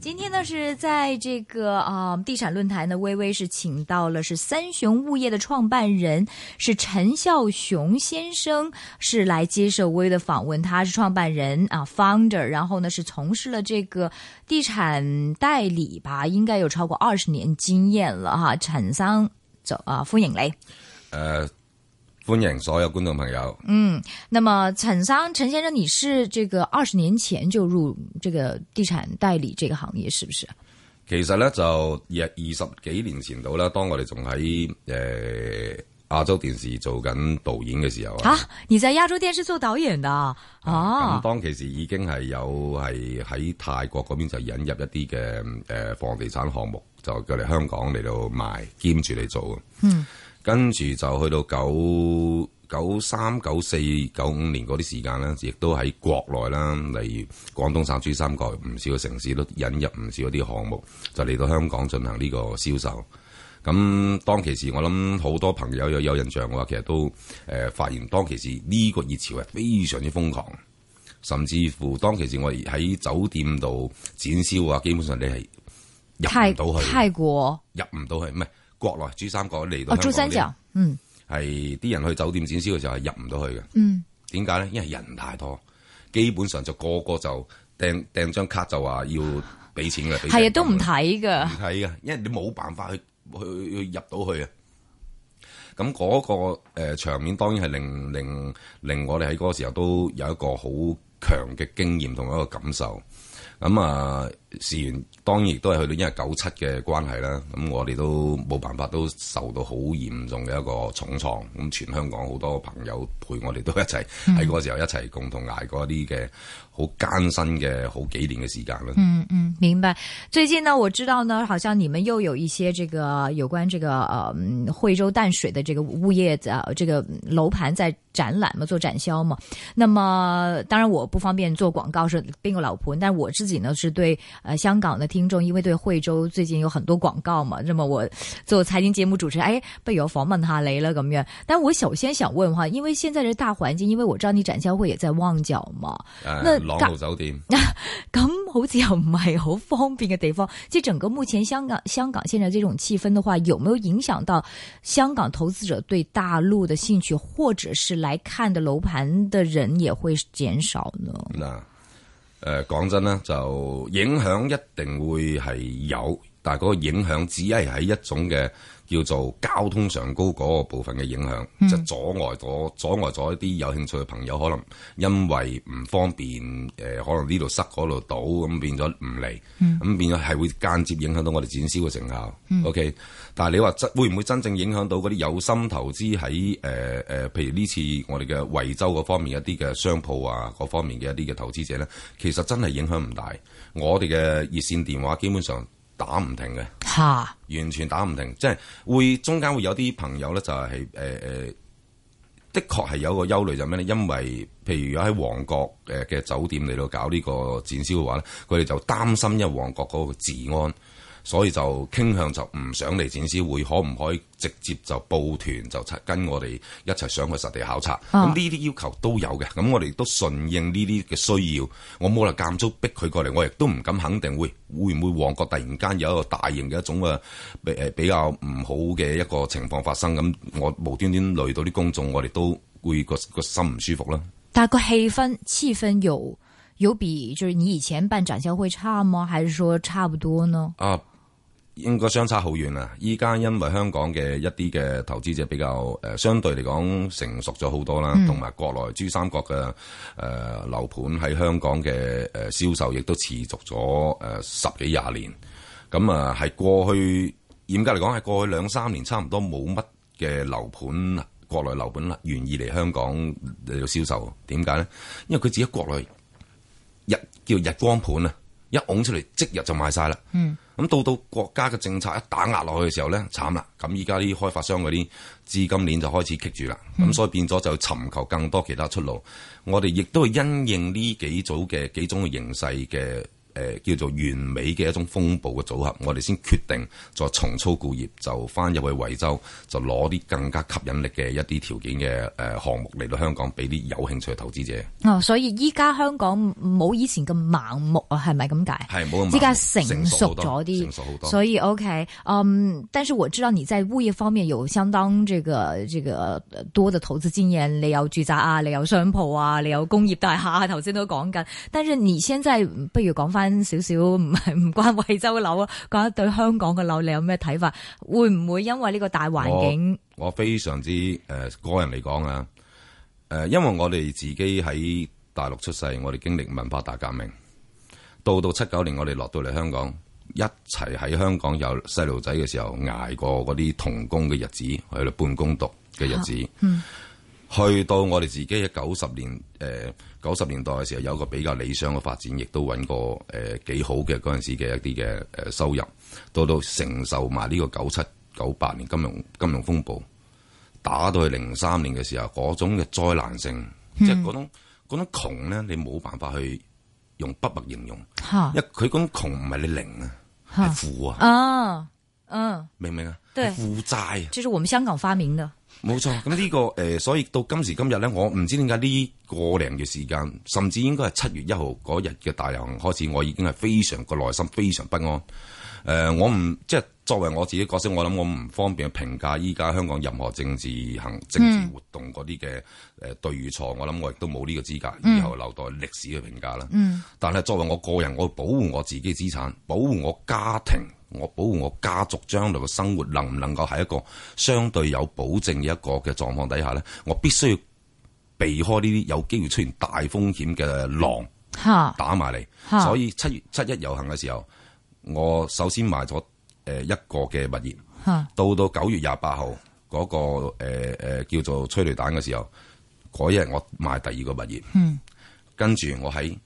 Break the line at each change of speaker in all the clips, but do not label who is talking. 今天呢是在这个啊、呃地产论坛呢，微微是请到了是三雄物业的创办人是陈孝雄先生，是来接受微微的访问。他是创办人啊，founder，然后呢是从事了这个地产代理吧，应该有超过二十年经验了哈。陳生就啊，歡迎你。
诶、欢迎所有觀眾朋友。
那么，陈生，陈先生，你是这个二十年前就入这个地产代理这个行业，是不是？
其實咧就二二十幾年前到啦，當我哋仲喺诶亞洲電視做緊導演嘅時候啊
啊，，你在亚洲电视做导演的啊？
咁
哦
當其時已經係有係喺泰國嗰邊就引入一啲嘅诶房地產項目，就叫嚟香港嚟到賣，兼住嚟做。嗯，跟住就去到九九三、九四、九五年嗰啲時間啦，亦都喺國內啦，例如廣東省珠三角唔少嘅城市都引入唔少一啲項目，就嚟到香港進行呢個銷售。咁當其時，我諗好多朋友有有印象嘅話，其實都誒、呃、發現當其時呢個熱潮係非常之瘋狂，甚至乎當其時我哋喺酒店度展銷啊，基本上你係
泰
入唔到去，
泰國
入唔到去，唔係國內珠三角嚟
哦，
到
珠
香
三
港
角，嗯
呢係啲人去酒店展銷嘅時候係入唔到去嘅。
嗯，
點解咧？因為人太多，基本上就個個就掟掟張卡就話要俾錢嘅，俾
係啊，
訂
都唔
金嘅
睇噶
唔，睇嘅，啊因為你冇辦法去去去入到去啊。咁嗰、個誒、呃、場面當然係令令令我哋喺嗰個時候都有一個好強嘅經驗同一個感受。咁啊，事緣當然亦都係去到因為九七嘅關係啦，咁我哋都冇辦法都受到好嚴重嘅一個重創。咁全香港好多朋友陪我哋都一齊
嗯
喺嗰個時候一齊共同捱過一啲嘅好艱辛嘅好幾年嘅時間啦。
嗯嗯，明白。最近呢，我知道呢，好像你们又有一些这个有关这个呃嗯惠州淡水的这个物业的呃这个楼盘在展览嘛，做展销嘛。那么当然我不方便做广告是 bingo 老婆，但我自己呢是对呃香港的听众，因为对惠州最近有很多广告嘛，那么我做财经节目主持人，哎，不如我访问下你了咁样。但我首先想问哈，因为现在这大环境，因为我知道你展销会也在旺角嘛，
誒、
那
啊朗
隔
豪酒店。
咁好似又唔係好方便嘅地方，即係整個目前香港香港现在这种气氛的话，有没有影響到香港投資者對大陸的興趣，或者是來看的樓盤的人也會減少呢？
嗱，誒呃講真啦，就影響一定會係有，但係嗰個影響只係喺一種嘅叫做交通上高嗰個部分嘅影響，就阻礙咗阻礙咗一啲有興趣嘅朋友，可能因為唔方便，誒、可能呢度塞嗰度倒，咁變咗唔嚟，咁、變咗係會間接影響到我哋展銷嘅成效。OK，但係你話真會唔會真正影響到嗰啲有心投資喺誒誒，譬如呢次我哋嘅惠州嗰方面一啲嘅商鋪啊，嗰方面嘅一啲嘅投資者咧，其實真係影響唔大。我哋嘅熱線電話基本上打唔停嘅。
吓，
完全打唔停，即係會中間會有啲朋友咧就係誒誒，呃的確係有個憂慮就係咩咧？因為譬如如果喺旺角誒嘅酒店嚟到搞呢個展銷嘅話咧，佢哋就擔心因為旺角嗰個治安，所以就傾向就唔想嚟展銷會，可唔可以直接就報團就跟我哋一齊上去實地考察？咁
啊
呢啲要求都有嘅，咁我哋都順應呢啲嘅需要，我冇啦間租逼佢過嚟，我亦都唔敢肯定會會唔會旺角突然間有一個大型嘅一種嘅比誒比較唔好嘅一個情況發生，咁我無端端累到啲公眾，我哋都會個個心唔舒服啦。
但係個氣氛氣氛有有比就是你以前辦展銷會差嗎？還是說差不多呢？
啊，應該相差好遠啦！依家因為香港嘅一啲嘅投資者比較誒、呃相對嚟講成熟咗好多啦，同埋、國內珠三角嘅誒、呃、樓盤喺香港嘅誒、呃、銷售亦都持續咗誒、呃十幾廿年。咁啊，係過去嚴格嚟講係過去兩三年差唔多冇乜嘅樓盤，國內樓盤啦願意嚟香港嚟到銷售。點解咧？因為佢自己國內日叫日光盤啊，一拱出嚟即日就賣晒啦。嗯，咁到到國家嘅政策一打壓落去嘅時候咧，慘啦！咁依家啲開發商嗰啲資金鏈就開始棘住啦，咁、所以變咗就尋求更多其他出路。我哋亦都係因應呢幾組嘅幾種嘅形勢嘅誒、誒叫做完美嘅一種風暴嘅組合，我哋先決定再重操故業，就翻入去惠州，就攞啲更加吸引力嘅一啲條件嘅誒項目嚟到香港，俾啲有興趣嘅投資者。
哦，所以依家香港冇以前咁盲目啊，係咪咁解？
係冇咁
依家
盲目
成熟咗啲
成熟好多。
所以 OK，嗯，但是我知道你在物業方面有相當這個這個呃多的投資經驗，你有住宅啊，你有商鋪啊，你有工業大廈啊，頭 先都講緊。但是而現在不如講翻少少，唔係唔關惠州樓啊，講下對香港嘅樓，你有咩睇法？會唔會因為呢個大環境？
我非常之誒、呃、個人嚟講啊，誒、因為我哋自己喺大陸出世，我哋經歷文化大革命，到到七九年我哋落到嚟香港，一齊喺香港有細路仔嘅時候，捱過嗰啲童工嘅日子，去到半工讀嘅日子，去到我哋自己嘅九十年誒九十年代嘅時候，有個比較理想嘅發展，亦都揾過誒、呃、幾好嘅嗰陣時嘅一啲嘅誒呃收入，到到承受埋呢個九七九八年金融金融風暴，打到去零三年嘅時候，嗰種嘅災難性，
嗯
即係嗰種嗰種窮咧，你冇辦法去用筆墨形容，
嚇
因為佢嗰種窮唔係你零啊，
嚇
係負啊，
啊，嗯，
明唔明啊？
對
係負債啊。
這是我們香港發明的。
冇錯，咁呢、個誒、呃所以到今時今日咧，我唔知點解呢個零月時間，甚至應該係七月一號嗰日嘅大遊行開始，我已經係非常個內心非常不安。誒、呃我唔即係作為我自己角色，我諗我唔方便去評價依家香港任何政治行政治活動嗰啲嘅誒對與錯，我諗我亦都冇呢個資格，以後留待歷史去評價啦。嗯、但係作為我個人，我保護我自己資產，保護我家庭。我保護我家族將來嘅生活能唔能夠喺一個相對有保證嘅一個嘅狀況底下咧，我必須要避開呢啲有機會出現大風險嘅浪
嚇
打埋嚟。
嚇
所以七月七一遊行嘅時候，我首先買咗誒一個嘅物業，
嚇
到到九月廿八號嗰個誒、呃、叫做催淚彈嘅時候，嗰一日我賣第二個物業，
嗯
跟住我喺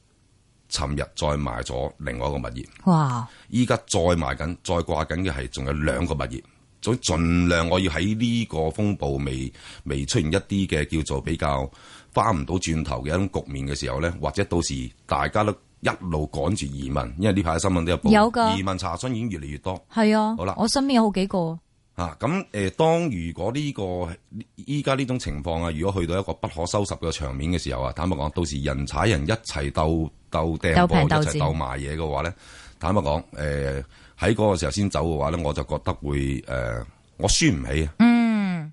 尋日再賣咗另外一個物業。
哇！
依家再賣緊、再掛緊嘅係仲有兩個物業，所以盡量我要喺呢個風暴未未出現一啲嘅叫做比較翻唔到轉頭嘅一種局面嘅時候咧，或者到時大家都一路趕住移民，因為呢排新聞都有報，
有㗎
移民查詢已經越嚟越多。
係啊，
好啦
我身邊有好幾個。
啊，咁誒、呃，當如果呢、個依家呢種情況啊，如果去到一個不可收拾嘅場面嘅時候啊，坦白講，到時人踩人一齊鬥鬥掟
鬥
波，
平
一
鬥
齊
戰
鬥賣嘢嘅話咧，坦白講，誒喺嗰個時候先走嘅話咧，我就覺得會誒、呃我輸唔起啊！
嗯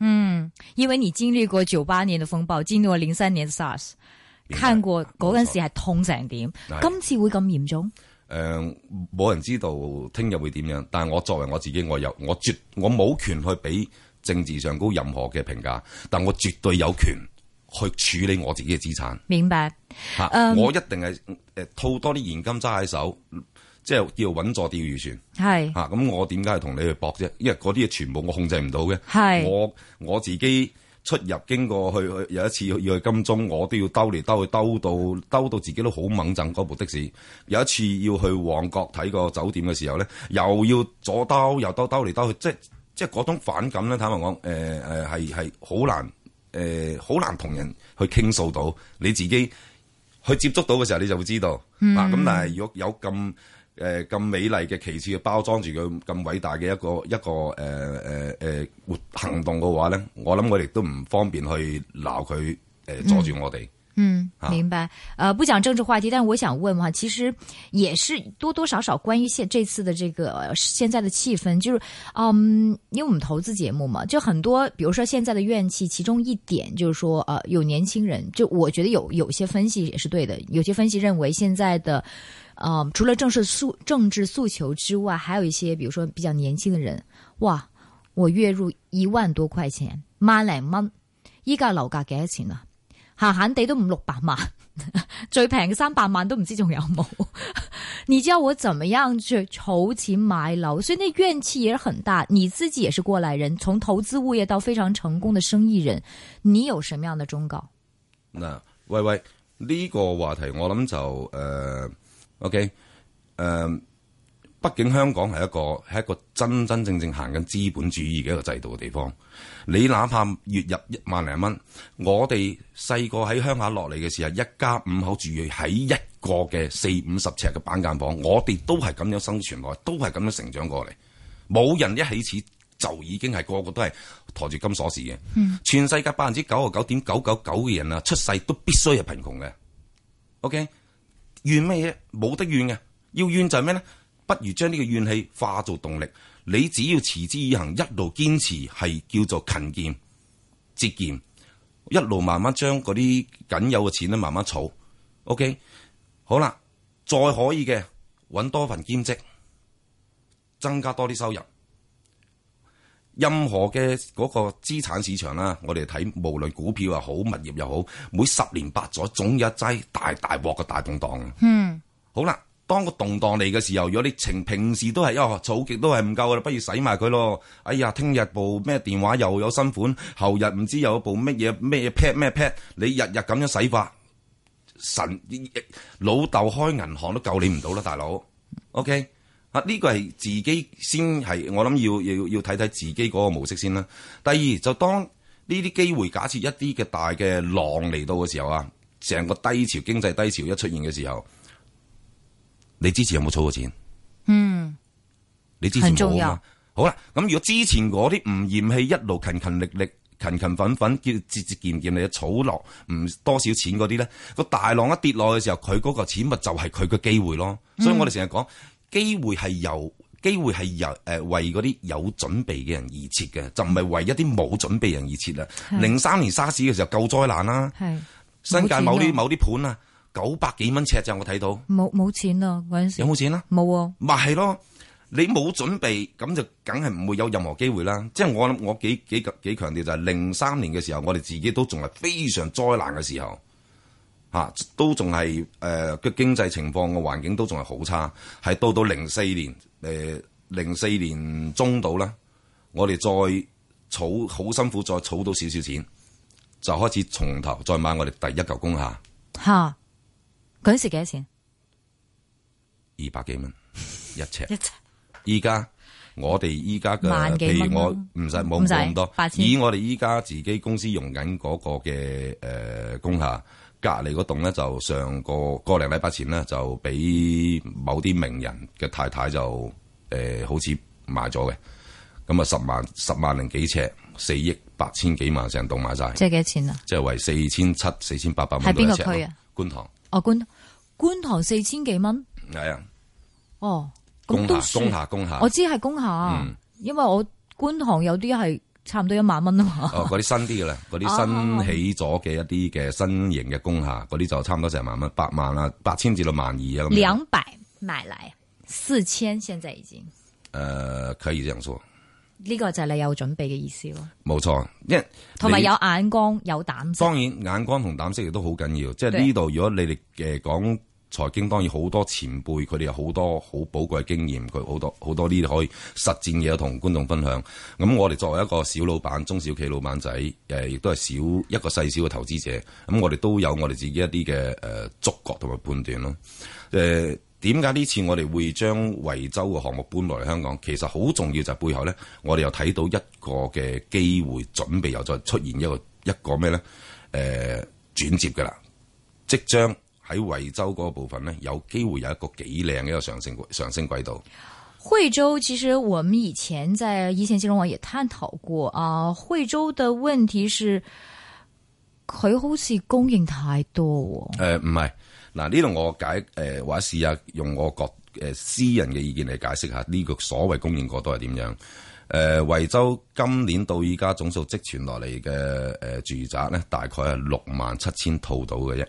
嗯，因為你經歷過九八年嘅風暴，經歷過零三年 SARS，看過嗰陣時係痛成點，
係
今次會咁嚴重？
誒呃冇、人知道聽日會點樣，但係我作為我自己，我有我絕我冇權去俾政治上高任何嘅評價，但我絕對有權去處理我自己嘅資產。
明白？
吓、
嗯
我一定係誒套多啲現金揸喺手，即係叫穩坐釣魚船
係
吓。咁、我點解係同你去搏啫？因為嗰啲嘢全部我控制唔到嘅。
係
我我自己出入經過去去有一次要去金鐘，我都要兜嚟兜去，兜到兜到自己都好猛震嗰部的士。有一次要去旺角睇個酒店嘅時候咧，又要左兜右兜兜嚟兜去，即係即係嗰種反感咧。坦白講，誒誒係係好難誒好、難同人去傾訴到你自己。去接觸到嘅時候，你就會知道、啊。咁但係如果有咁誒咁美麗嘅旗幟包裝住佢咁偉大嘅一個一個誒誒誒活行動嘅話咧，我諗我哋都唔方便去鬧佢誒阻住我哋。
嗯，
啊
明白。呃，不講政治話題，但我想問哈，其實也是多多少少關於現這次的這個呃現在的氣氛，就是嗯，因為我們投資節目嘛，就很多，比如說現在的怨氣，其中一點就是說，呃，有年輕人，就我覺得有有些分析也是对的，有些分析認為現在的。呃，除了政治诉政治诉求之外，还有一些，比如说比較年輕的人，哇，我月入一萬多塊錢，萬零蚊，依家樓價幾多錢啊？閒閒地都五六百萬， 最平嘅三百萬都唔知仲有冇。 你知道我怎麼樣去籌錢買樓，所以那怨氣也很大。你自己也是過來人，從投資物業到非常成功的生意人，你有什麼樣的忠告？
嗱、喂喂，呢、個話題我諗就誒、OK 誒、畢竟香港係一個係一個真真正正行緊資本主義嘅一個制度嘅地方。你哪怕月入一萬零蚊，我哋細個喺鄉下落嚟嘅時候，一家五口住喺一個嘅四五十尺嘅板間房，我哋都係咁樣生存落嚟，都係咁樣成長過嚟。冇人一起始就已經係個個都係陀住金鎖匙嘅。全世界百分之九十九點九九九嘅人啊，出世都必須係貧窮嘅。OK，怨咩嘢？冇得怨嘅，要怨就係咩咧？不如將呢個怨氣化做動力。你只要持之以恒，一路堅持係叫做勤儉節儉，一路慢慢將嗰啲僅有嘅錢咧慢慢儲。OK，好啦，再可以嘅揾多份兼職，增加多啲收入。任何嘅嗰個資產市場啦，我哋睇無論股票又好，物業又好，每十年八載總有一劑大大鑊嘅大動盪。嗯，好啦，當個動盪嚟嘅時候，如果你情平時都係，哦，儲極都係唔夠噶啦，不如使埋佢咯。哎呀，聽日部咩電話又有新款，後日唔知又有部乜嘢咩嘢 pad 咩 pad，你日日咁樣使法，神老豆開銀行都救你唔到啦，大佬。OK。啊！呢個係自己先係，我諗要要要睇睇自己嗰個模式先啦。第二就當呢啲機會，假設一啲嘅大嘅浪嚟到嘅時候啊，成個低潮經濟低潮一出現嘅時候，你之前有冇儲過錢？嗯，你之前
很重
冇啊
要
嘛。好啦，咁如果之前嗰啲唔嫌棄，一路勤勤力力、勤勤奮奮、叫節節儉儉，你儲落唔多少錢嗰啲咧，個大浪一跌落嘅時候，佢嗰個錢咪就係佢嘅機會咯。所以我哋成日講。機會係由機會係由誒、呃、為嗰啲有準備嘅人而設嘅，就唔係為一啲冇準備人而設啦。零三年沙士嘅時候救災難啦，
係
新界某
冇錢
啲
啊
某啲盤啊，九百幾蚊尺咋，我睇到
冇冇錢啊嗰陣時
有，冇錢啦、
冇啊，
咪係咯，你冇準備咁就梗係唔會有任何機會啦。即係我諗，我幾幾幾強調就係零三年嘅時候，我哋自己都仲係非常災難嘅時候，嚇、都仲係誒嘅經濟情況嘅環境都仲係好差，係到到零四年誒零四年中到啦，我哋再儲好辛苦，再儲到少少錢，就開始從頭再買我哋第一嚿工廈二
吓嗰陣時幾多錢？
百幾蚊一尺。
一尺
依家我哋依家嘅，
萬幾蚊
譬如我
咯
唔使冇
唔
冇
使
咁多
八，千
以我哋依家自己公司用緊嗰個嘅誒工廈，隔離嗰棟咧就上個個零禮拜前咧就俾某啲名人嘅太太就誒、呃好似賣咗嘅，咁啊十萬十萬零幾尺，四億八千幾萬成棟買晒，
即係幾多錢啊？
即係為四千七、四千八百蚊
喺邊個
到一尺咯
區啊？
觀塘
哦，觀觀塘四千幾蚊，
係啊，
哦，咁
工
都
廈
算
工。廈工廈
我。知係工廈，啊
嗯
因為我觀塘有啲係差唔多一萬蚊啊嘛。
哦，嗰啲新啲嘅啦，嗰
哦
啲新起咗嘅一啲嘅新型嘅工廈，嗰啲就差唔多成萬蚊，八萬啦，八千至到萬二啊咁樣。
兩百買來四千，現在已經
誒，呃可以這樣說，
呢、個就係你有準備嘅意思咯，
冇錯，因為
同埋
你
有眼光有膽識。
當然眼光同膽識亦都好緊要。即係
對
呢度，如果你哋嘅講財經，當然好多前輩佢哋有好多好寶貴嘅經驗，佢好多好多呢啲可以實戰嘢同觀眾分享。咁我哋作為一個小老闆、中小企老闆仔，誒亦都係小一個細小嘅投資者，咁我哋都有我哋自己一啲嘅誒觸覺同埋判斷咯。誒呃點解呢次我哋會將惠州嘅項目搬落嚟香港？其實好重要就係背後呢，我哋又睇到一個嘅機會，準備又再出現一個一個咩呢？誒、呃轉接嘅啦，即將喺惠州嗰個部分呢，有機會有一個幾靚嘅一個上升上升軌道。
惠州其實我們以前在一線金融網也探討過啊，惠州的問題是佢好似供應太多喎，
誒呃唔係，嗱呢度我解誒、呃或者試下用我覺誒、私人嘅意見嚟解釋下呢個所謂供應過多係點樣。誒惠州今年到依家總數積存落嚟嘅誒住宅咧，大概係六萬七千套到嘅啫。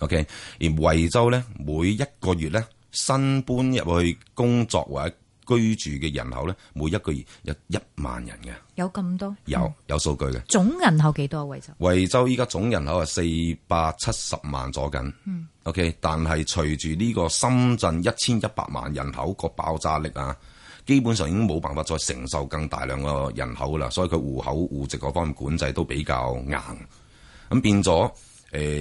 OK，而惠州咧，每一個月咧新搬入去工作或者居住嘅人口咧，每一個月有一萬人嘅，
有咁多
有有數據嘅。
總人口幾多啊惠州？
惠州依家總人口係四百七十萬左緊、o k 但係隨住呢個深圳一千一百萬人口個爆炸力啊，基本上已經冇辦法再承受更大量嘅人口啦，所以佢戶口戶籍嗰方面管制都比較硬，咁變咗誒、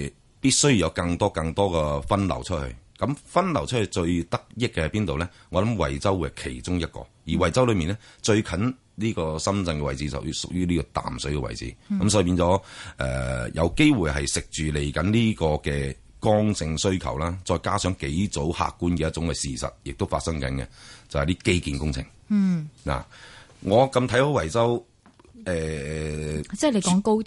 呃必須有更多更多嘅分流出去，咁分流出去最得益嘅係邊度咧？我諗惠州嘅其中一個，而惠州裏面咧最近呢個深圳嘅位置就屬於呢個淡水嘅位置，咁、所以變咗誒、呃有機會係食住嚟緊呢個嘅剛性需求啦，再加上幾組客觀嘅一種嘅事實，亦都發生緊嘅，就係、啲基建工程。嗯，嗱，我咁睇好惠州誒。呃
即係你講高鐵，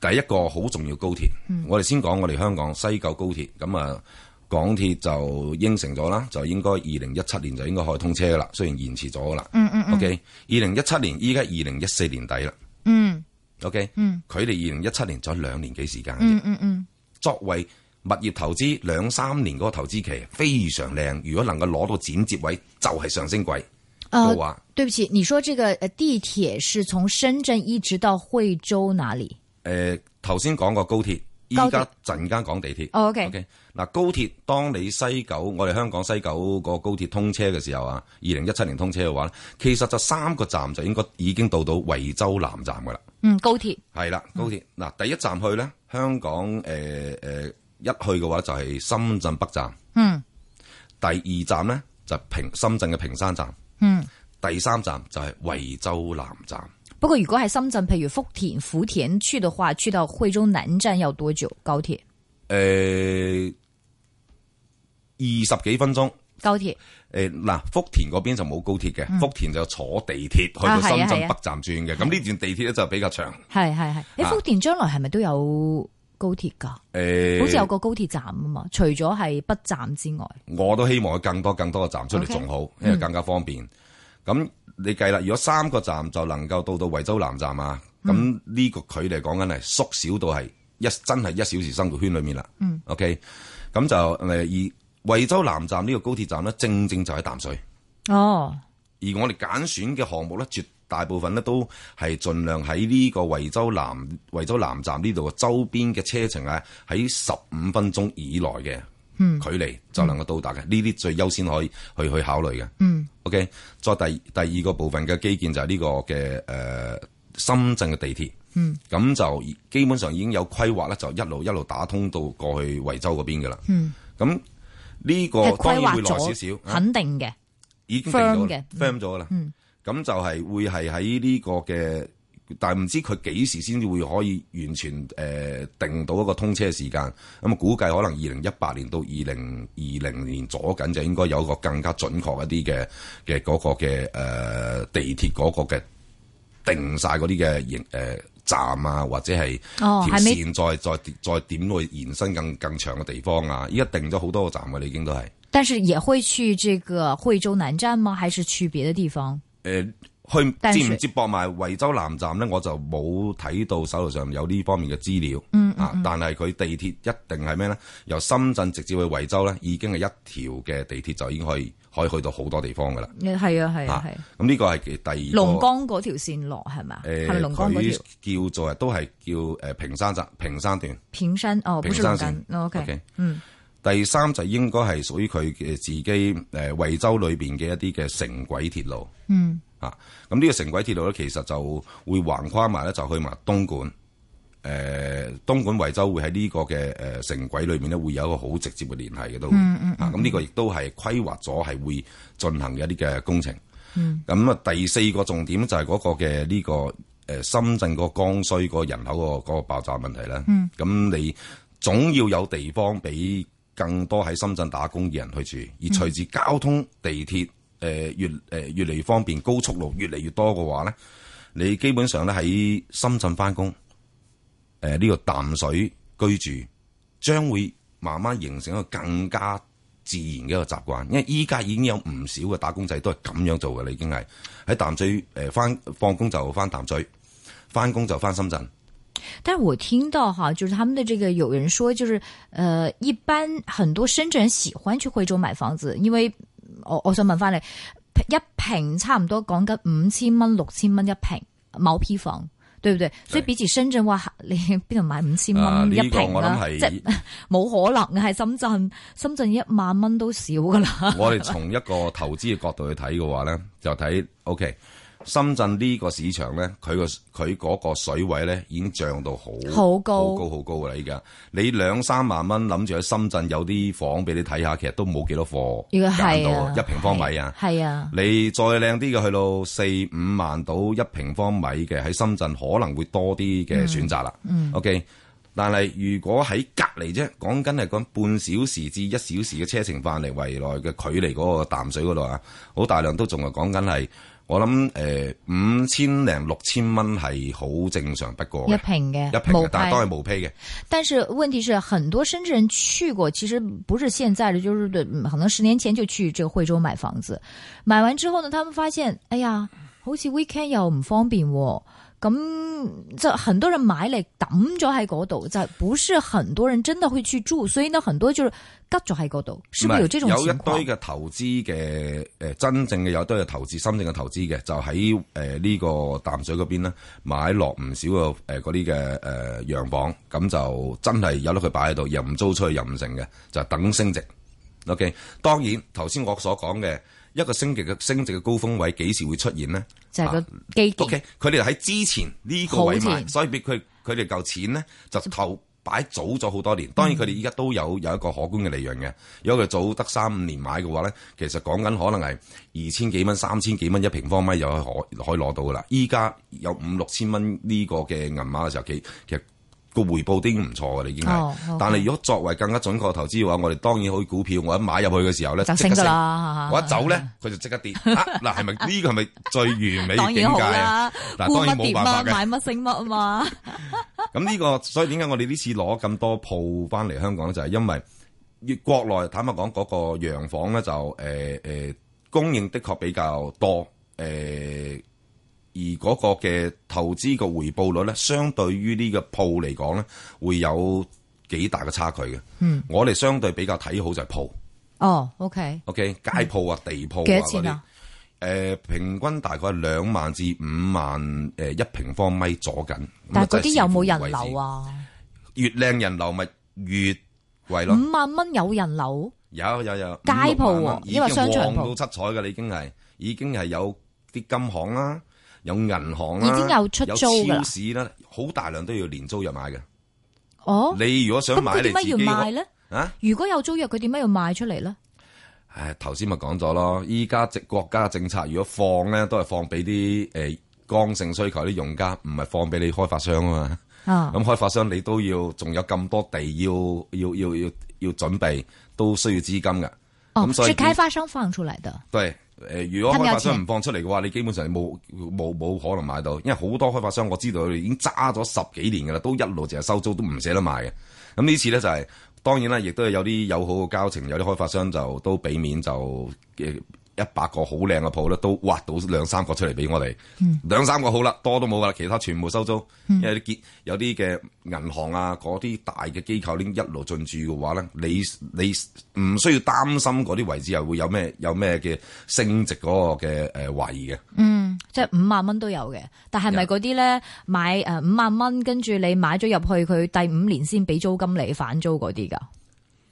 第一個好重要高鐵，
嗯
我哋先講我哋香港西九高鐵，咁啊港鐵就應承咗啦，就應該二零一七年就應該可以通車噶啦，雖然延遲咗噶啦。嗯嗯 OK，二零一七年依家二零一四年底啦。
嗯
OK，
嗯
佢哋二零一七年仲有兩年幾時間嘅啫。
嗯嗯嗯，
作為物業投資兩三年嗰個投資期非常靚，如果能夠攞到剪接位，就係、上升軌嘅
呃，
話。
對不起，你說這個呃地鐵是從深圳一直到惠州哪裡？
誒呃頭先講過高鐵，依
高鐵
家陣間講地鐵。
哦，OK
OK，嗱高鐵，當你西九，我哋香港西九個高鐵通車嘅時候啊，二零一七年通車嘅話咧，其實就三個站就應該已經到到惠州南站噶啦。
嗯，高鐵，
係啦，
嗯
高鐵嗱、第一站去咧，香港誒誒、呃一去嘅話就係深圳北站，
嗯
第二站咧就平深圳嘅平山站，
嗯。
第三站就係惠州南站。
不過如果係深圳，譬如福田、福田去的話，去到惠州南站要多久？高鐵，
誒呃二十幾分鐘。
高鐵，
誒呃嗱、福田嗰邊就冇高鐵嘅，福田就坐地鐵去到
嗯啊係啊
深圳
係啊
北站轉嘅。咁呢、段地鐵咧就比較長，誒、
係係係。你
啊
福田將來係咪都有高鐵㗎？
呃
好似有個高鐵站啊嘛，除咗係北站之外，
我都希望有更多更多嘅站出嚟
OK 嗯
仲好因為更加方便。咁、你計啦，如果三個站就能夠到到惠州南站啊，
嗯
咁呢個距離講緊係縮小到係一真係一小時生活圈裏面啦。嗯，OK，咁就誒而惠州南站呢個高鐵站咧，正正就喺淡水。
哦，
而我哋揀選嘅項目咧，絕大部分咧都係盡量喺呢個惠州南惠州南站呢度嘅周邊嘅車程啊，喺十五分鐘以內嘅
嗯
距離就能夠到達嘅，呢啲、最優先可以去去考慮嘅。嗯，OK，再第第二個部分嘅基建就係呢個嘅誒、呃深圳嘅地鐵。嗯，咁就基本上已經有規劃咧，就一路一路打通到過去惠州嗰邊噶啦。嗯，咁呢個
係
哦當
規
然
劃
會耐少少
咗，，
啊
肯定嘅。
已經定咗
firm
啦
嘅嗯
，firm 咗啦。咁就係會係喺呢個嘅，但係唔知佢幾時先至會可以完全誒、呃定到一個通車時間。咁啊估計可能二零一八年到二零二零年左緊就應該有一個更加準確一啲嘅嘅嗰個嘅誒、呃地鐵嗰個嘅定晒嗰啲嘅營誒站啊，或者係
哦
條
係咪
線再再再點去延伸更更長嘅地方啊！依家定咗好多個站㗎啦，已經都係。
但是也會去這個惠州南站嗎？還是去別的地方？
誒、去
淡水
接唔接駁埋惠州南站咧，我就冇睇到手頭上有呢方面嘅資料。嗯啊，但係佢地鐵一定係咩咧？由深圳直接去惠州咧，已經係一條嘅地鐵就已經可以可以去到好多地方噶啦。
係啊係
啊
啊係。，
咁呢個係其第二個
龍江嗰條線落係咪？啊
誒，
係咪龍江嗰條？
佢叫做都係叫誒平山站平山段。
平山哦，不是
平
龍
山
江。哦 OK，
OK
嗯
第三就應該係屬於佢嘅自己誒惠州裏邊嘅一啲嘅城軌鐵路
嗯
啊。咁呢個城軌鐵路咧，其實就會橫跨埋咧，就去埋東莞。誒、東莞惠州會喺呢個嘅誒城軌裏面咧，會有一個好直接嘅聯繫嘅都會。
嗯
啊，咁呢個亦都係規劃咗係會進行嘅一啲嘅工程。咁啊，第四個重點就係嗰個嘅呢、個誒、呃深圳個剛需個人口個嗰個爆炸問題啦。咁、你總要有地方俾更多喺深圳打工嘅人去住，而隨住交通地鐵誒、呃越誒、呃越嚟越方便，高速路越嚟越多嘅話咧，你基本上咧喺深圳翻工，誒、呃呢、個淡水居住，將會慢慢形成一個更加自然嘅一個習慣，因為依家已經有唔少嘅打工仔都係咁樣做嘅啦，已經係喺淡水誒翻放工就翻淡水，翻工就翻深圳。
但我听到哈，就是他们的这个有人说，就是呃，一般很多深圳人喜欢去惠州买房子，因为我我想问翻你，一平差唔多讲紧五千蚊、六千蚊一平某批房，对唔对？所以比起深圳哇，你边度买五千
啊，
蚊
呢、
一
個
平
我
啦？
諗
即係
係
冇可能啊嘅，喺深圳，深圳一萬蚊都少噶啦。
我哋從一個投資嘅角度去睇嘅話咧，就睇 OK 深圳呢個市場咧，佢個佢嗰個水位咧已經漲到好
好高
好高好高噶啦！依家你兩三萬蚊諗住喺深圳有啲房俾你睇下，其實都冇幾多貨
如果
揀
係
到
啊，
一平方米啊！
係啊，
你再靚啲嘅去到四五萬到一平方米嘅喺深圳可能會多啲嘅選擇啦。OK，但係如果喺隔離啫，講緊係講半小時至一小時嘅車程範圍圍內嘅距離嗰個淡水嗰度啊，好大量都仲係講緊係我諗誒五千零六千蚊係好正常不過
一
嘅
平嘅，
一平
冇
嘅，但係當
派
係無批嘅。
但是问题是，很多深圳人去过，其实不是现在的，就是嗯可能十年前就去这个惠州买房子，买完之后呢，他们发现，哎呀，好似 weekend 又唔方便、喎。咁就很多人买嚟抌咗喺嗰度，就不是很多人真的会去住，所以呢，很多就是吉咗喺嗰度，是不是有這種
唔係有
情況？
一堆嘅投資嘅誒，真正嘅有一堆嘅投資，深圳嘅投資嘅就喺誒呢個淡水嗰邊咧買落唔少嘅誒嗰啲嘅誒洋房，咁就真係有得佢擺喺度，又唔租出去，又唔成嘅，就等升值。OK，當然頭先我所講嘅一個升值嘅升值嘅高峰位幾時會出現呢？
就係個
啊
基建。
OK，佢哋喺之前呢個位
好
買，
前
所以俾佢佢哋嚿錢咧就投擺早咗好多年。當然佢哋依家都有有一個可觀嘅利潤嘅。如果佢早得三五年買嘅話咧，其實講緊可能係二千幾蚊、三千幾蚊一平方米又可可以攞到噶啦。依家有五六千蚊呢個嘅銀碼嘅時候，其其實。個回報都已經唔錯㗎啦，已經係。
哦好
但係如果作為更加準確嘅投資嘅話，我哋當然好似股票，我一買入去嘅時候咧，
就
即
升
刻
噶啦，
我一走咧，佢就即刻跌。啊嗱，係咪呢個係咪最完 美嘅
當然
境
好
界啊？
啦，
嗱
沽乜
當然冇
跌
辦法
乜，
嘅
買乜升乜啊嘛，
咁呢、個，所以點解我哋呢次攞咁多鋪翻嚟香港咧，就係、因為呃越國內坦白講嗰、個洋房咧就誒誒、呃供應的確比較多，誒、呃而嗰個嘅投資個回報率咧，相對於呢個鋪嚟講咧，會有幾大嘅差距嘅。
嗯，
我哋相對比較睇好就係鋪
哦，OK，
，OK，街鋪啊、地鋪
幾多
啊嗰
錢
啲
啊。？
誒、平均大概係兩萬至五萬誒、一平方米左緊，咁啊
但係嗰
真
啲有
係視乎
冇人
位置
流啊？
越靚人流咪越貴咯。
五萬蚊有人流，
有有有，
街鋪喎
五六萬蚊
因為商場
已經
鋪
旺到七彩嘅啦，已經係已經係有啲金行啦，有銀行啦，
已經有出租㗎啦
有超市啦，好大量都要連租入買嘅。
哦，
你如果
咁
想買
佢
你
點
自
解
己
要賣
嗰
咧？
啊？
如果有租約，佢點解要賣出嚟咧？
唉，頭先咪講咗咯，依家直國家政策如果放咧，都係放俾啲誒剛性需求啲用家，唔係放俾你開發商啊嘛。
啊，
咁開發商你都要仲有咁多地要要要要要準備，都需要資金嘅。
哦，
咁所以
是開發商放出來的，
對，誒、如果
貪有
開發
錢
商唔放出嚟嘅話，你基本上你冇冇冇可能買到，因為好多開發商我知道佢哋已經揸咗十幾年㗎啦，都一路淨係收租，都唔捨得賣嘅。咁呢次咧就係、當然啦，亦都係有啲友好嘅交情，有啲開發商就都俾面就誒一百個好靚嘅鋪咧，都挖到兩三個出嚟俾我哋，兩三個好啦，多都冇㗎啦，其他全部收租。因為啲結有啲嘅銀行啊，嗰啲大嘅機構已經一路進駐嘅話咧，你你唔需要擔心嗰啲位置係會有咩有咩嘅升值嗰個嘅誒懷疑嘅。
即係五萬蚊都有嘅。但係咪
有
嗰啲咧買诶五萬蚊，跟住你買咗入去，佢第五年先俾租金你反租嗰啲㗎？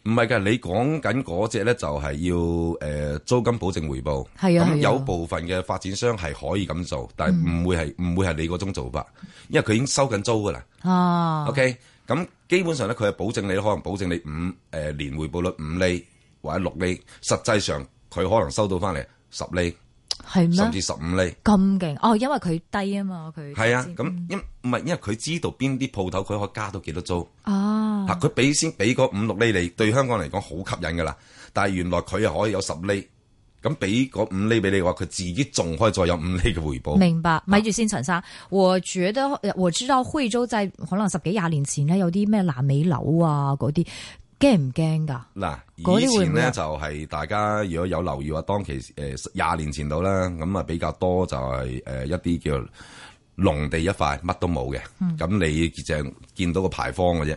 唔係㗎，你講緊嗰只咧就係要誒、呃租金保證回報。
係啊係啊嗯
咁有部分嘅發展商係可以咁做，但係唔會係唔、會係你嗰種做法，因為佢已經收緊租㗎啦。
啊，
OK，咁基本上咧，佢係保證你可能保證你五誒、呃年回報率五厘或者六厘，實際上佢可能收到翻嚟十厘
係咩？
甚至十五厘。
咁勁哦，因為佢低啊嘛，佢
係啊，咁因唔係因為佢知道邊啲鋪頭佢可以加到幾多租
啊
嗱，佢俾先俾嗰五六厘你，對香港嚟講好吸引噶啦。但係原來佢又可以有十厘，咁俾嗰五厘俾你嘅話，佢自己仲可以再有五厘嘅回報。
明白，咪住先，陳生，我覺得呃我知道惠州在可能十幾廿年前咧，有啲咩爛尾樓啊嗰啲，驚唔驚㗎？
嗱，
嗰啲
以
會唔
前
會啊
咧就係大家如果有留意話，當其誒廿年前度啦，咁啊比較多就係誒一啲叫農地一塊，乜都冇嘅，咁、
嗯
你就見到個牌坊嘅啫。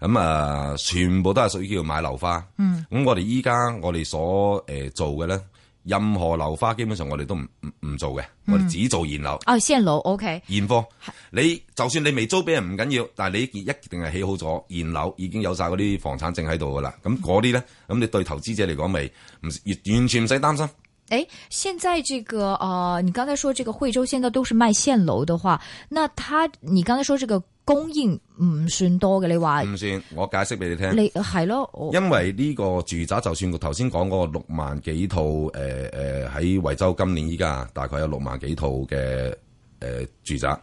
咁啊，全部都係屬於叫買樓花。嗯，咁我哋依家我哋所誒做嘅咧，任何樓花基本上我哋都唔唔唔做嘅，我哋只做現樓。
哦，現樓 OK，
現貨，你就算你未租俾人唔緊要，但係你一定係起好咗現樓，已經有晒嗰啲房產證喺度噶啦。咁嗰啲咧，咁你對投資者嚟講咪唔完全唔使擔心，
哎，现在这个呃，你刚才说这个惠州现在都是卖现楼的话，那它你刚才说这个供應唔算多嘅，你話
唔算，我解釋俾你聽。
你係咯，我
嗯因為呢個住宅，就算我頭先講嗰個六萬幾套，誒誒喺惠州今年依家大概有六萬幾套嘅誒、呃住宅，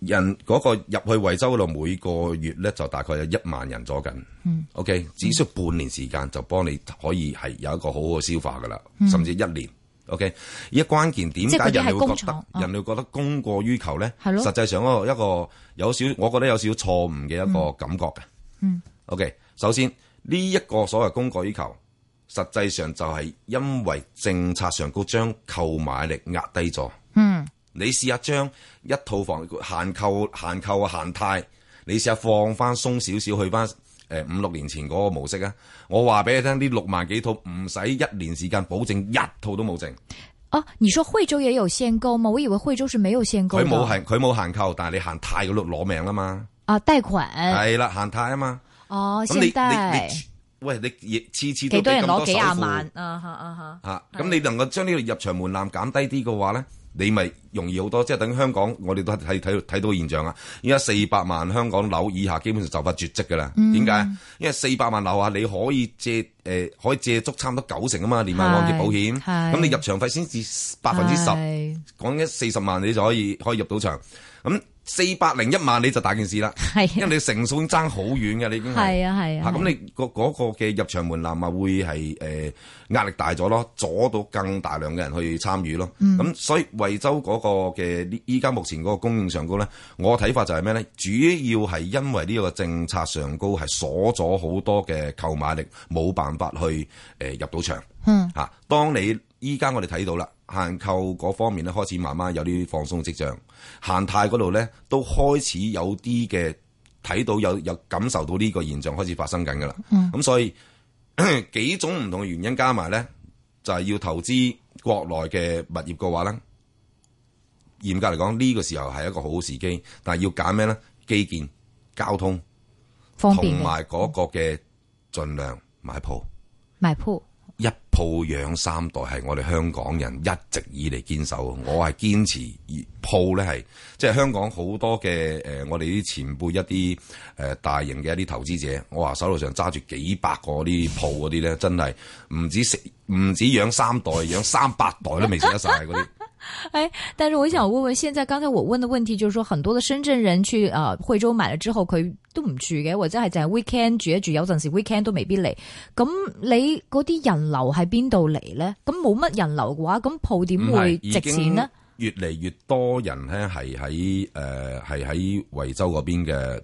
人嗰、個入去惠州嗰度每個月咧就大概有一萬人左近。嗯，OK，只需要半年時間就幫你可以係有一個好好嘅消化噶啦，甚至一年。OK，而家關鍵
嗯
點
即係嗰
解
啲
人
係
哋會
工
覺得
廠啊
人哋會覺得供過於求咧？
係咯
實際上嗰個一個有少，我覺得有少少錯誤嘅一個
嗯
感覺嘅。OK，首先呢一、個所謂供過於求，實際上就係因為政策上高將購買力壓低咗。嗯，你試下將一套房限購、限購啊、限貸，你試下放翻鬆少少去翻。誒五六年前嗰個模式啊，我話俾你聽，呢六萬幾套唔使一年時間保證一套都冇剩，
哦、你說惠州也有限購嗎？我以為惠州是沒有限購
佢
的。
冇限佢冇限購，但係你限貸嗰度攞命啦嘛，
啊，貸款
係啦、限貸啊嘛，
哦，
咁
現
你你
貸
你，喂你亦次次都
幾多人
俾咁
攞幾
首
廿
付
萬啊？哈啊哈！
嚇，咁你能夠將呢個入場門檻減低啲嘅話咧，你咪容易好多。即係等於香港，我哋都睇睇睇到現象啊！依家四百萬香港樓以下，基本上就快絕跡㗎啦。
嗯
點解？因為四百萬樓下你可以借誒、呃可以借足差唔多九成啊嘛，連埋按揭保險。
係
咁你入場費先至百分之十，
係
講緊四十萬你就可以可以入到場。咁四百零一萬你就大件事啦， 因
係
為你成數已經爭好遠嘅，你已經係。
係啊係
嚇
啊，
咁你個嗰個嘅入場門檻咪會係誒、呃、壓力大咗咯，阻到更大量嘅人去參與咯。咁、
嗯
所以惠州嗰個嘅呢依家目前嗰個供應上高咧，我睇法就係咩咧？主要係因為呢個政策上高係鎖咗好多嘅購買力，冇辦法去誒、呃入到場。
嗯
嚇、當你依家我哋睇到啦，限購嗰方面咧開始慢慢有啲放鬆跡象，限貸嗰度咧都開始有啲嘅睇到有有感受到呢個現象開始發生緊㗎啦。
嗯
咁、所以 幾種唔同嘅原因加埋咧，就係、要投資國內嘅物業嘅話咧，嚴格嚟講呢個時候係一個好好時機，但係要揀咩咧？基建、交通
方便嘅
同埋嗰個嘅盡量買鋪。
買鋪
一鋪養三代係我哋香港人一直以嚟堅守，我係堅持鋪咧係，即係香港好多嘅誒、呃我哋啲前輩一啲誒、呃大型嘅一啲投資者，我話手頭上揸住幾百個啲鋪嗰啲咧，真係唔止食，唔止養三代，養三百代都未食得晒嗰啲。
哎，但是我想問問，現在剛才我問的問題就是說，很多的深圳人去呃惠州買了之後，佢都唔住嘅，或者係淨係 weekend 住一住，有陣時 weekend 都未必嚟。咁你嗰啲人流喺邊度嚟咧？咁冇乜人流嘅話，咁鋪點
唔
會
係
值錢呢？？
已經越嚟越多人咧係喺誒係喺惠州嗰邊嘅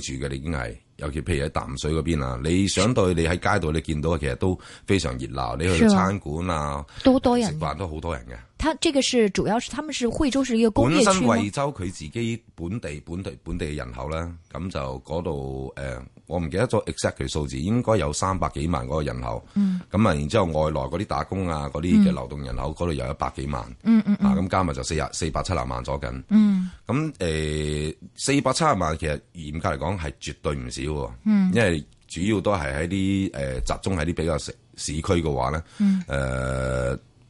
居住嘅，已經係。尤其譬如喺淡水嗰邊啊，你想對你喺街度你見到嘅其實都非常熱鬧，你去
是啊
餐館啊，
多多
食
人，
飯都好多人嘅。
他這個是主要是他們是惠州是一個工
本
業
身
區嗎
惠州佢自己本地本地本地嘅人口啦，咁就嗰度誒，我唔記得咗 exact 嘅數字，應該有三百幾萬嗰個人口。咁啊、然之後外來嗰啲打工啊，嗰啲嘅流動人口嗰度有一百幾萬。嗯嗯啊，咁加埋就四廿四百七廿萬左近。嗯。咁誒，四百七廿萬其實嚴格嚟講係絕對唔少喎。嗯。因為主要都係喺啲誒集中喺啲比較市市區嘅話咧，誒、
嗯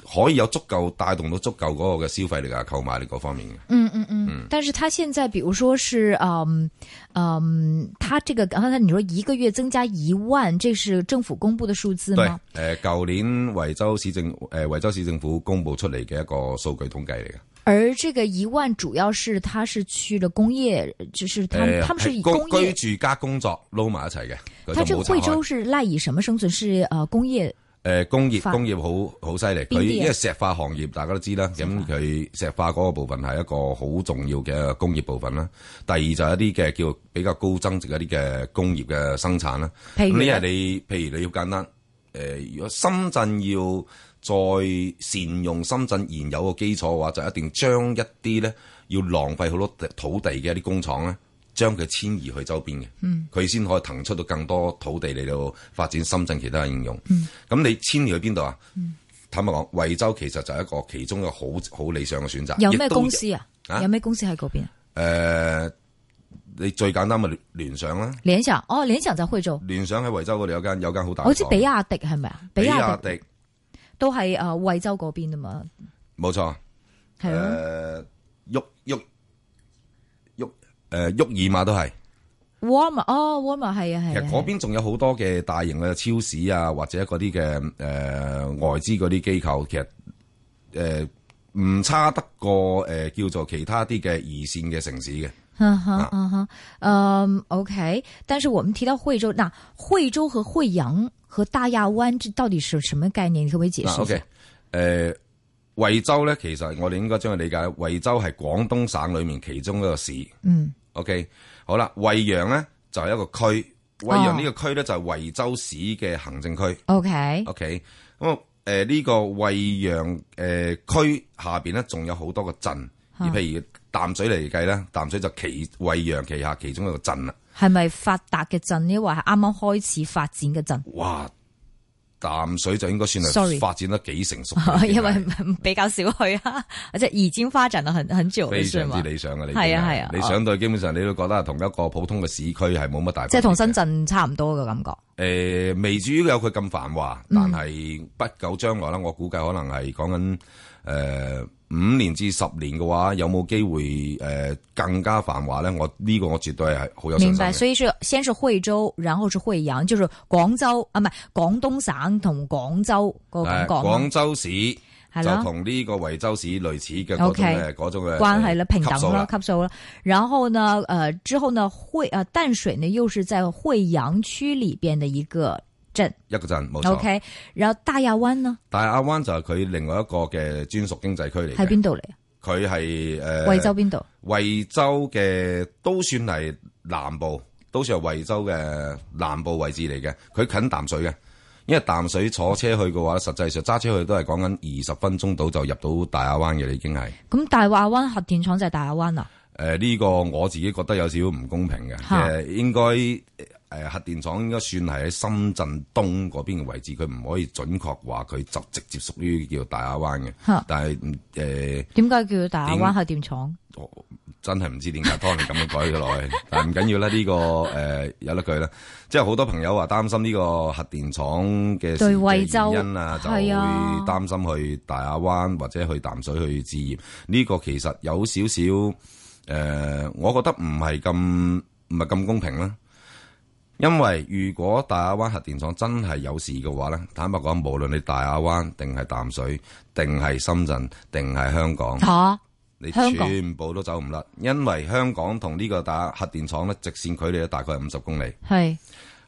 可以有足夠帶動到足夠嗰個嘅消費力啊、購買力嗰方面嘅。
但是他現在，比如說是，嗯嗯，他這個剛才你說一個月增加一萬，這是政府公布的數字
對
嗎？，
誒呃舊年惠州市政誒惠州市政府公布出嚟嘅一個數據統計嚟嘅。
而這個一萬主要是他是去了工業，就是他們、
誒
他們是以
呃係
工業，
居居住加工作撈埋一齊嘅，
他
佢
這
就
個
啊冇拆
惠州
開。
是賴以什麼生存？是呃工業
誒工業
發
工業好好犀利，
邊啲
佢
啊
因為石化行業大家都知啦，咁佢石化嗰個部分係一個好重要嘅工業部分啦。第二就係一啲嘅叫比較高增值一啲嘅工業嘅生產啦。
譬如
咁因為你譬如你要簡單，誒、呃如果深圳要再善用深圳現有嘅基礎嘅話，就一定將一啲咧要浪費好多地土地嘅一啲工廠咧，將佢遷移去周邊嘅，
嗯
佢先、可以騰出到更多土地嚟到發展深圳其他嘅應用。咁、
嗯
你遷移去邊度啊？坦白講，惠州其實就係一個其中一個好好理想嘅選擇。
有咩
亦都
公司啊？
啊
有咩公司喺嗰邊？
誒、你最簡單咪聯聯想啦，
聯想哦，聯想在惠州，
聯想喺惠州嗰度有間有間好大嘅廠。
好似比亞迪係咪啊？
比
亞
亞迪。
都係誒惠州嗰邊啊嘛，
冇錯。
係咯，
誒喐喐喐誒沃爾瑪都係，
warmer 哦 warmer 係啊
其
係啊，
實嗰邊仲有好多嘅大型嘅超市啊，或者嗰啲嘅誒外資嗰啲機構，其實誒唔、差得過誒、呃叫做其他啲嘅二線嘅城市嘅。
嗯
啊
哼嗯哼，嗯 OK，但是我們提到惠州，那惠州和惠陽和大亞灣這到底是什麼概念？你可唔可以解釋
嗱
一下
，OK，誒、惠州咧，其實我哋應該將佢理解，惠州係廣東省裏面其中一個市。
嗯
OK，好啦，惠陽咧就係、一個區，惠陽呢個區咧就係、惠州市嘅行政區。
，OK，
啊 OK，咁啊誒呢個惠陽誒區下邊咧，仲有好多個鎮，而譬如淡水嚟計咧，淡水就其惠陽旗下其中一個鎮啦。
係咪發達嘅鎮，抑或係啱啱開始發展嘅 鎮？
哇！淡水就應該算
Sorry，
係發展得幾成熟 已經
因
係
為比較少去啊， 而且已經發展了很很久了，
非
是
常
嘛
之？理想嘅。你
係啊
已經
係啊
你上到去基本上你都覺得係同一個普通嘅市區係冇乜大分別嘅，
即係同深圳差唔多嘅感覺。
誒、呃未至於有佢咁繁華，但
嗯
係不久將來啦，我估計可能係講緊誒呃五年至十年嘅話，有冇機會誒、呃更加繁華咧？我呢、個我絕對係好有信
明
心
白，
嘅。
所以是先是惠州，然後是惠陽，就是廣州啊，唔係廣東省同廣州嗰個感
誒
覺啊
廣州市
係
就
咯。
同呢個惠州市類似嘅嗰種
OK，
嘅嗰種嘅
關係
呃
了，平
級數
等了
啦，
級數了。然後呢，呃，之後呢，惠呃淡水呢又是在惠陽區裏邊的一個鎮
一個鎮冇錯。
，OK。然後大亞灣呢
但係亞灣就係佢另外一個嘅專屬經濟區嚟
喺
嘅，
邊度嚟？啊
佢呃係誒
惠州邊度？
惠州嘅都算係南部，都算係惠州嘅南部位置嚟嘅。佢近淡水嘅，因為淡水坐車去嘅話，實際上揸車去都係講緊二十分鐘到就入到大亞灣嘅啦，已經係。
咁大亞灣核電廠就係大亞灣啊？
誒、呢、個我自己覺得有少少唔公平嘅，
嚇
誒應該誒、核電廠應該算係喺深圳東嗰邊嘅位置，佢唔可以準確話佢就直接屬於叫大亞灣嘅。
嚇
但係誒、呃
點解叫大亞灣核電廠？
我真係唔知點解當年咁樣改咗落去，但係唔緊要啦，呢、個誒、呃有得佢啦。即係好多朋友話擔心呢個核電廠嘅
對惠州
嘅原因啊，就會
係啊
擔心去大亞灣或者去淡水去置業。呢、個其實有少少誒、呃我覺得唔係咁唔係咁公平啦。因為如果大亞灣核電廠真係有事嘅話咧，坦白講，無論你大亞灣定係淡水，定係深圳，定係香港。
嚇
你
香港
全部都走唔甩，因為香港同呢個大核電廠咧直線距離咧大概係五十公里。
係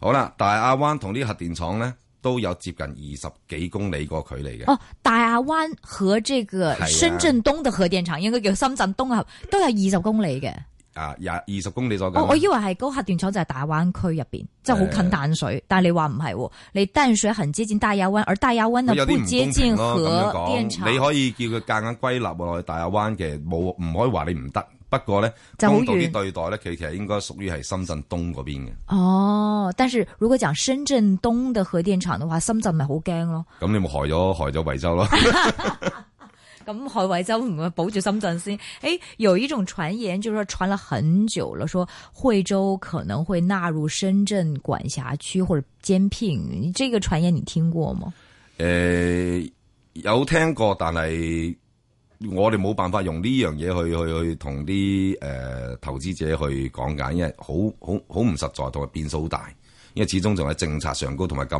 好啦，大亞灣同呢個核電廠咧都有接近二十幾公里個距離嘅，
哦，大亞灣和這個
係啊
深圳東嘅核電廠應該叫深圳東合，都有二十公里嘅。
啊廿二十公里左右。
哦我我以為係嗰個核電廠就係大灣區入邊，即係好近淡水，但係你話唔係喎，你淡水很接近大亞灣，而大亞灣呢
佢有啲
不
唔
接
公
近
平咯，
核電
咁樣講，你
廠，
可以叫佢夾硬歸納落去大亞灣嘅，冇唔可以話你唔得。不過咧，
就好
公道啲
遠
對待咧，佢其實應該屬於係深圳東嗰邊嘅。
哦，但是如果講深圳東的核電廠嘅話，深圳咪好驚咯。
咁你咪害咗害咗惠州咯。
咁海惠州唔會保住深圳先？誒，有一種傳言，就是說傳了很久了，說惠州可能會納入深圳管轄區或者兼併，這個傳言你聽過嗎？
誒、呃有聽過，但係我哋冇辦法用呢樣嘢去去去同啲誒投資者去講解，因為好好好唔實在，同埋變數好大。因為始終仲喺政策上高，同埋咁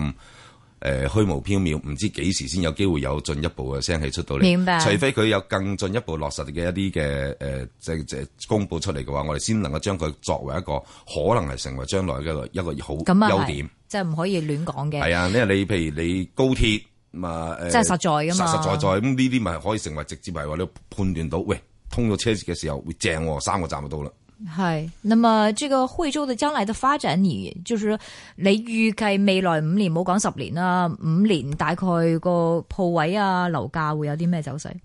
誒虛無縹緲，唔知幾時先有機會有進一步嘅聲氣出到嚟。
明白
除非佢有更進一步落實嘅一啲嘅誒，即即公佈出嚟嘅話，我哋先能夠將佢作為一個可能係成為將來嘅一個一個好
咁啊
優
係
點。，
即係唔可以亂講嘅，
係啊，因為你譬如你高鐵咁啊，誒，
即係實在噶嘛。
實實在在咁呢啲咪可以成為直接係話你判斷到，喂，通咗車嘅時候會正喎，三個站就到啦。
係，那麼這個惠州的將來的發展，你就是你預計未來五年，冇講十年啦，五年大概個鋪位啊、樓價會有啲咩走勢？
哦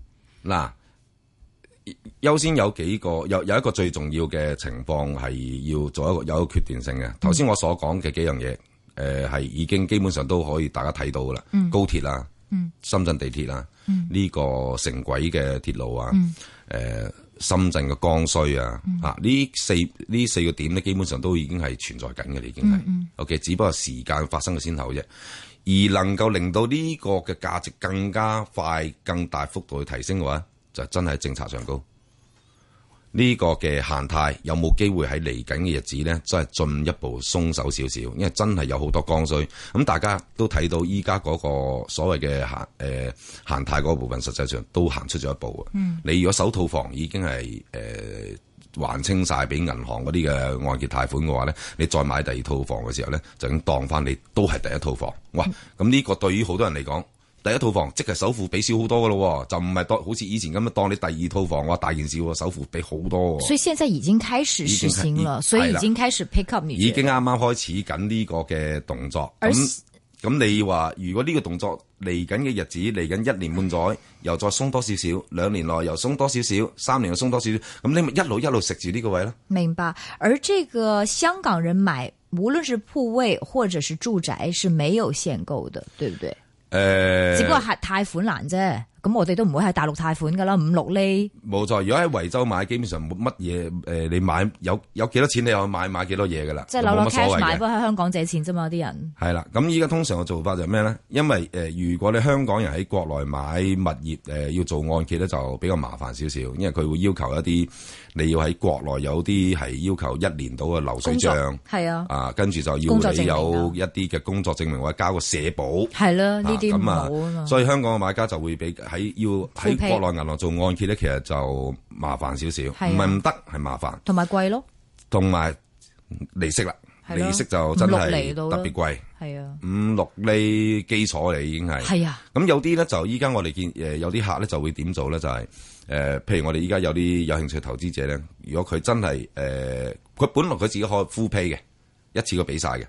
嗱，優先有幾個有有一個最重要嘅情況係要做一個有一個決斷性嘅。頭先我所講嘅幾樣嘢，誒、呃係已經基本上都可以大家睇到噶啦，高鐵啦，深圳地鐵啦，呢、個城軌嘅鐵路啊，誒、深圳嘅剛需啊，啊呢四呢四個點咧，基本上都已經係存在緊嘅啦，已經係。OK，只不過時間發生嘅先後啫。而能夠令到呢個嘅價值更加快、更大幅度去提升嘅話，就真係喺政策上高。呢個嘅限貸有冇機會喺嚟緊嘅日子呢？真係進一步鬆手少少，因為真係有好多剛需。咁大家都睇到依家嗰個所謂嘅限誒、呃限貸嗰部分，實際上都行出咗一步啊！你如果首套房已經係誒、呃、還清晒俾銀行嗰啲嘅按揭貸款嘅話呢，你再買第二套房嘅時候呢，就已經當翻你都係第一套房。哇！咁呢個對於好多人嚟講，第一套房即係首付俾少好多噶咯喎，就唔係當好似以前咁樣當你第二套房哇大件事喎，首付俾好多喎。
所以現在已經開始實行了，
已經開
所以
係
已
啦
經開始 pick up，你
已
覺
經
得？
啱啱開始緊呢個嘅動作。
而
咁咁你話，如果呢個動作嚟緊嘅日子嚟緊一年半載，又再鬆多少少，兩年內又鬆多少少，三年又鬆多少少，咁你咪一路一路食住呢個位咯。
明白。而這個香港人買，無論是鋪位或者是住宅，是沒有限購的，對不對？
誒、呃
只不過係貸款難啫。咁我哋都唔會係大陸貸款噶啦，五六厘。
冇錯。如果喺惠州買，基本上冇乜嘢誒，你買有有幾多錢，你又買買幾多嘢噶啦，
即係
就
扭
冇
攞
乜所
cash
謂
買，
嘅
不。過喺香港借錢啫嘛，啲人
係啦，咁依家通常嘅做法就係咩咧？因為誒、呃如果你香港人喺國內買物業誒、呃要做按揭咧，就比較麻煩少少，因為佢會要求一啲你要喺國內有啲係要求一年到嘅流水
工作
帳
係啊，
啊，跟住就要
工作證
你
明啊
有一啲嘅工作證明或者交個社保。
係啦，呢啲冇
啊咁
啊嘛。
所以香港嘅買家就會比喺要
Full pay
喺國內銀行做按揭咧，其實就麻煩少少，
係啊
唔係唔得，係麻煩，
同埋貴咯，
同埋利息啦，
係咯
利息就真
五六厘
係
到啦
特別貴。
係啊，
五六厘基礎嚟已經係，
係啊，
咁有啲咧就依家我哋見誒、有啲客咧就會點做咧就係、誒、譬如我哋依家有啲有興趣投資者咧，如果佢真係誒，佢、本來佢自己可以 full pay 嘅，一次過俾晒嘅。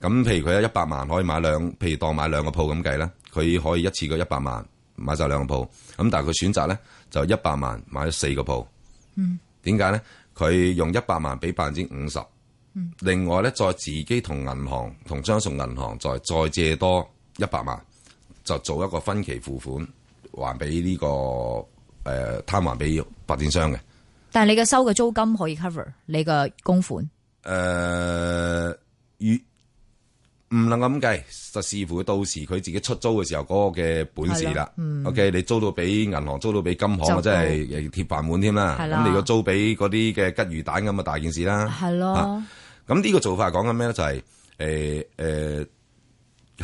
咁譬如佢有一百萬可以買兩，譬如當買兩個鋪咁計啦，佢可以一次過一百萬買晒兩個鋪。咁但係佢選擇咧就一百萬買咗四個鋪。嗯，點解咧？佢用一百萬俾百分之五十，另外咧再自己同銀行同張送銀行再再借多一百萬。就做一個分期付款還俾呢、個誒、呃、攤還俾發展商嘅。誒、
但係你嘅收嘅租金可以 cover 你嘅供款。
如呃唔能夠咁計，就視乎佢到時佢自己出租嘅時候嗰個嘅本事
係啦嗯
啦。OK，你租到俾銀行，租到俾金
就
行，真係呃鐵飯碗添啦。
係啦
咁你如果租俾嗰啲嘅吉魚蛋咁啊，大件事啦。
係咯
啊，咁呢個做法講緊咩咧？就係呃誒誒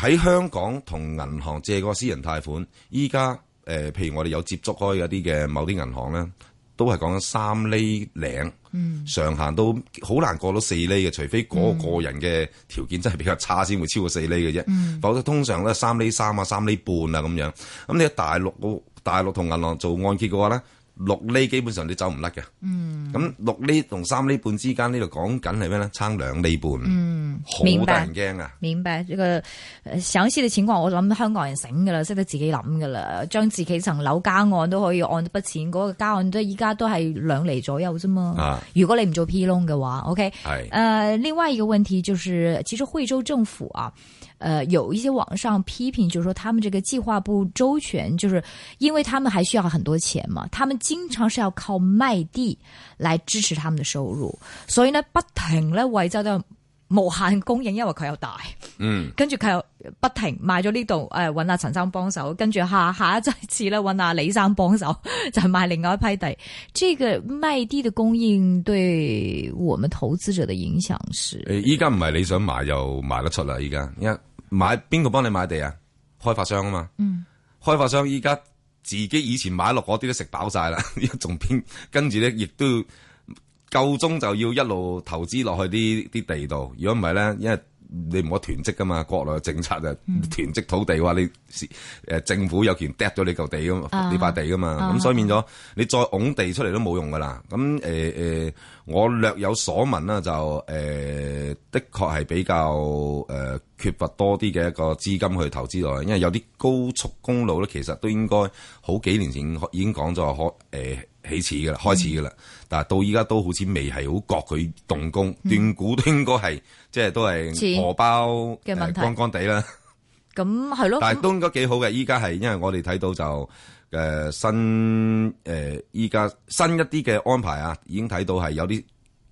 喺香港同銀行借個私人貸款，依家誒譬如我哋有接觸開有啲嘅某啲銀行咧，都係講緊三厘零，
嗯
上限都好難過到四厘嘅，除非嗰個個人嘅條件真係比較差先會超過四厘嘅啫，
嗯
否則通常咧三厘三啊、三厘半啊咁樣。咁你喺大陸個大陸同銀行做按揭嘅話咧，六厘基本上你走唔甩嘅。
嗯
咁六厘同三厘半之間呢度講緊係咩咧？差兩厘半，好
嗯明白
得人驚啊！
明白呢個呃詳細嘅情況，我諗香港人醒噶啦，識得自己諗噶啦，將自己層樓加按都可以按筆錢，嗰、個加按都依家都係兩厘左右啫嘛。
啊
如果你唔做 P loan 嘅話，OK。
係
呃，另外一個問題就是，其實惠州政府啊，呃，有一些網上批評，就是說他们这个计划不周全，就是因为他们还需要很多钱嘛，他们经常是要靠卖地来支持他们的收入，所以呢，不停咧惠州都有無限供應，因為佢又大，
嗯，
跟住佢又不停買咗呢度，誒揾阿陳生幫手，跟住下 下一次咧揾阿李生幫手， 就買另外一批地。這個賣地的供應對我們投資者的影響是，
誒依家唔係你想買就賣得出啦，依家，因為買邊個幫你買地啊？開發商啊嘛，嗯，開發商依家自己以前買落嗰啲都食飽晒啦， 依家仲邊跟住咧，亦都要夠鐘就要一路投資落去啲啲地度，如果唔係咧，因為你唔可以囤積噶嘛，國內嘅政策就囤積土地話你誒政府有權掟咗你嚿地咁
啊
呢塊地噶嘛，
啊
咁所以變咗你再拱地出嚟都冇用噶啦。咁誒誒，我略有所聞啦，就誒、呃的確係比較誒、呃缺乏多啲嘅一個資金去投資落去，因為有啲高速公路咧，其實都應該好幾年前已經講咗開誒起始
嗯
噶啦，開始噶啦，但係到依家都好似未係好覺佢動工，斷估都應該係即係都係
嗯錢
荷包呃
嘅問題
乾乾地啦。
咁係咯，
但
哦
係
咁
都應該幾好嘅，依家係因為我哋睇到就誒新誒依家新一啲嘅安排啊，已經睇到係有啲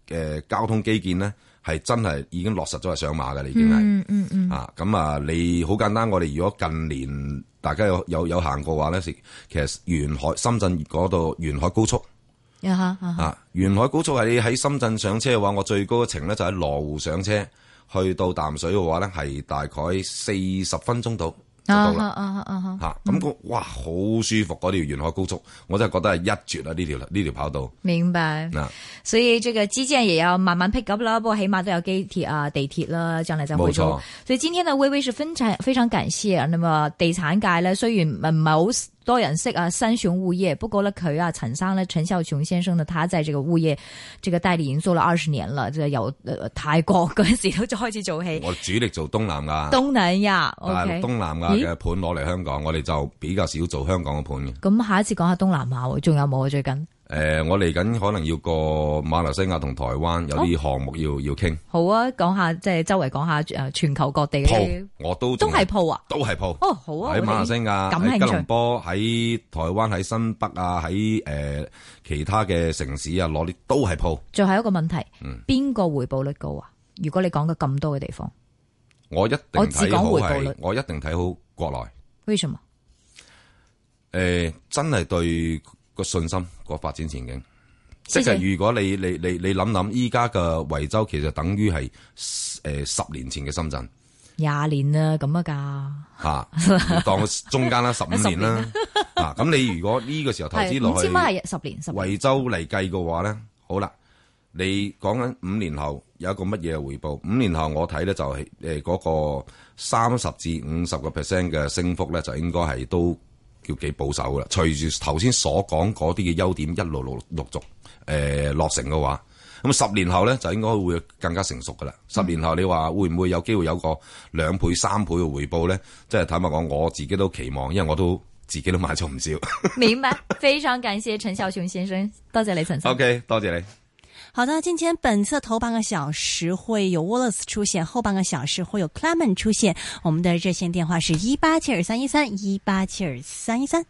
誒、交通基建咧係真係已經落實咗係上馬嘅啦，已經係。
嗯嗯嗯，
啊，咁啊，你好簡單，我哋如果近年大家有有有行過話咧，是其實沿海深圳嗰度沿海高速
啊哈啊哈
啊，沿海高速係你喺深圳上車嘅話，我最高嘅程咧就喺羅湖上車，去到淡水嘅話咧係大概四十分鐘到就
啊
到
哈
啦。
啊哈啊哈，
吓咁、個哇好舒服嗰條沿海高速，我真係覺得係一絕啦呢條呢條跑道
明白。
嗱，
所以这个基建也要慢慢 pick up 啦，不过起码都有地铁啊、地铁啦，将来再回
冇
收
錯。
所以今天呢，微微是非常非常感谢。呃那么地產界呢，雖然唔係好多人識啊三雄物業，不過呢，佢啊陳生呢，陳孝雄先生呢，他在這個物業這個代理已經做了二十年了，就由、呃、泰國嗰陣時都開始做 起。
我主力做東南亞，
東南哦亞
大陸
，OK。
東南亞嘅盤攞嚟香港，我哋就比較少做香港嘅盤嘅。
咁下一次講下東南亞喎，仲有冇啊？最近
誒、我嚟緊可能要過馬來西亞同台灣有
哦
啲項目要、要傾
好啊，講下即係周圍講下誒全球各地嘅
鋪，我都
都
仲
係鋪啊。
都係鋪
哦，好啊，
喺馬來
我
西
哋
亞、
感興
喺
趣
吉隆坡、喺台灣、喺新北啊、喺誒、其他嘅城市啊攞啲都係鋪。
最後一個問題
嗯，
邊個、回報率高啊？如果你講嘅咁多嘅地方，
我一定
我只
睇
講
好
回報率
係，我一定睇好國內。
為什麼？
誒、呃真係對個信心個發展前景。即
謝謝
係如果你你你你諗諗，依家嘅惠州其實等於係誒十年前嘅深圳。
廿年啦，咁啊
吓，你當佢中間啦，十五年啦，啊，咁你如果呢個時候
㗎，
投資
係
落
五
去
千蚊係十年，十年
惠州嚟計嘅話咧，好啦，你講緊五年後有一個乜嘢回報？五年後我睇咧就係誒嗰個三十至五十個 percent 嘅升幅咧，就應該係都叫幾保守噶啦。隨住頭先所講嗰啲嘅優點一路陸陸續誒、呃落成嘅話。咁十年後咧就應該會更加成熟噶啦。十年後你話會唔會有機會有個兩倍、三倍嘅回報咧？即係坦白講，我自己都期望，因為我都自己都買咗唔少。
明白。非常感謝陳孝雄先生，多謝你陳生。
OK，多謝你。
好的，今天本次头半个小时会有 Wallace 出现，后半个小时会有 Clement 出现。我们的热线电话是一八七二三一三一八七二三一三。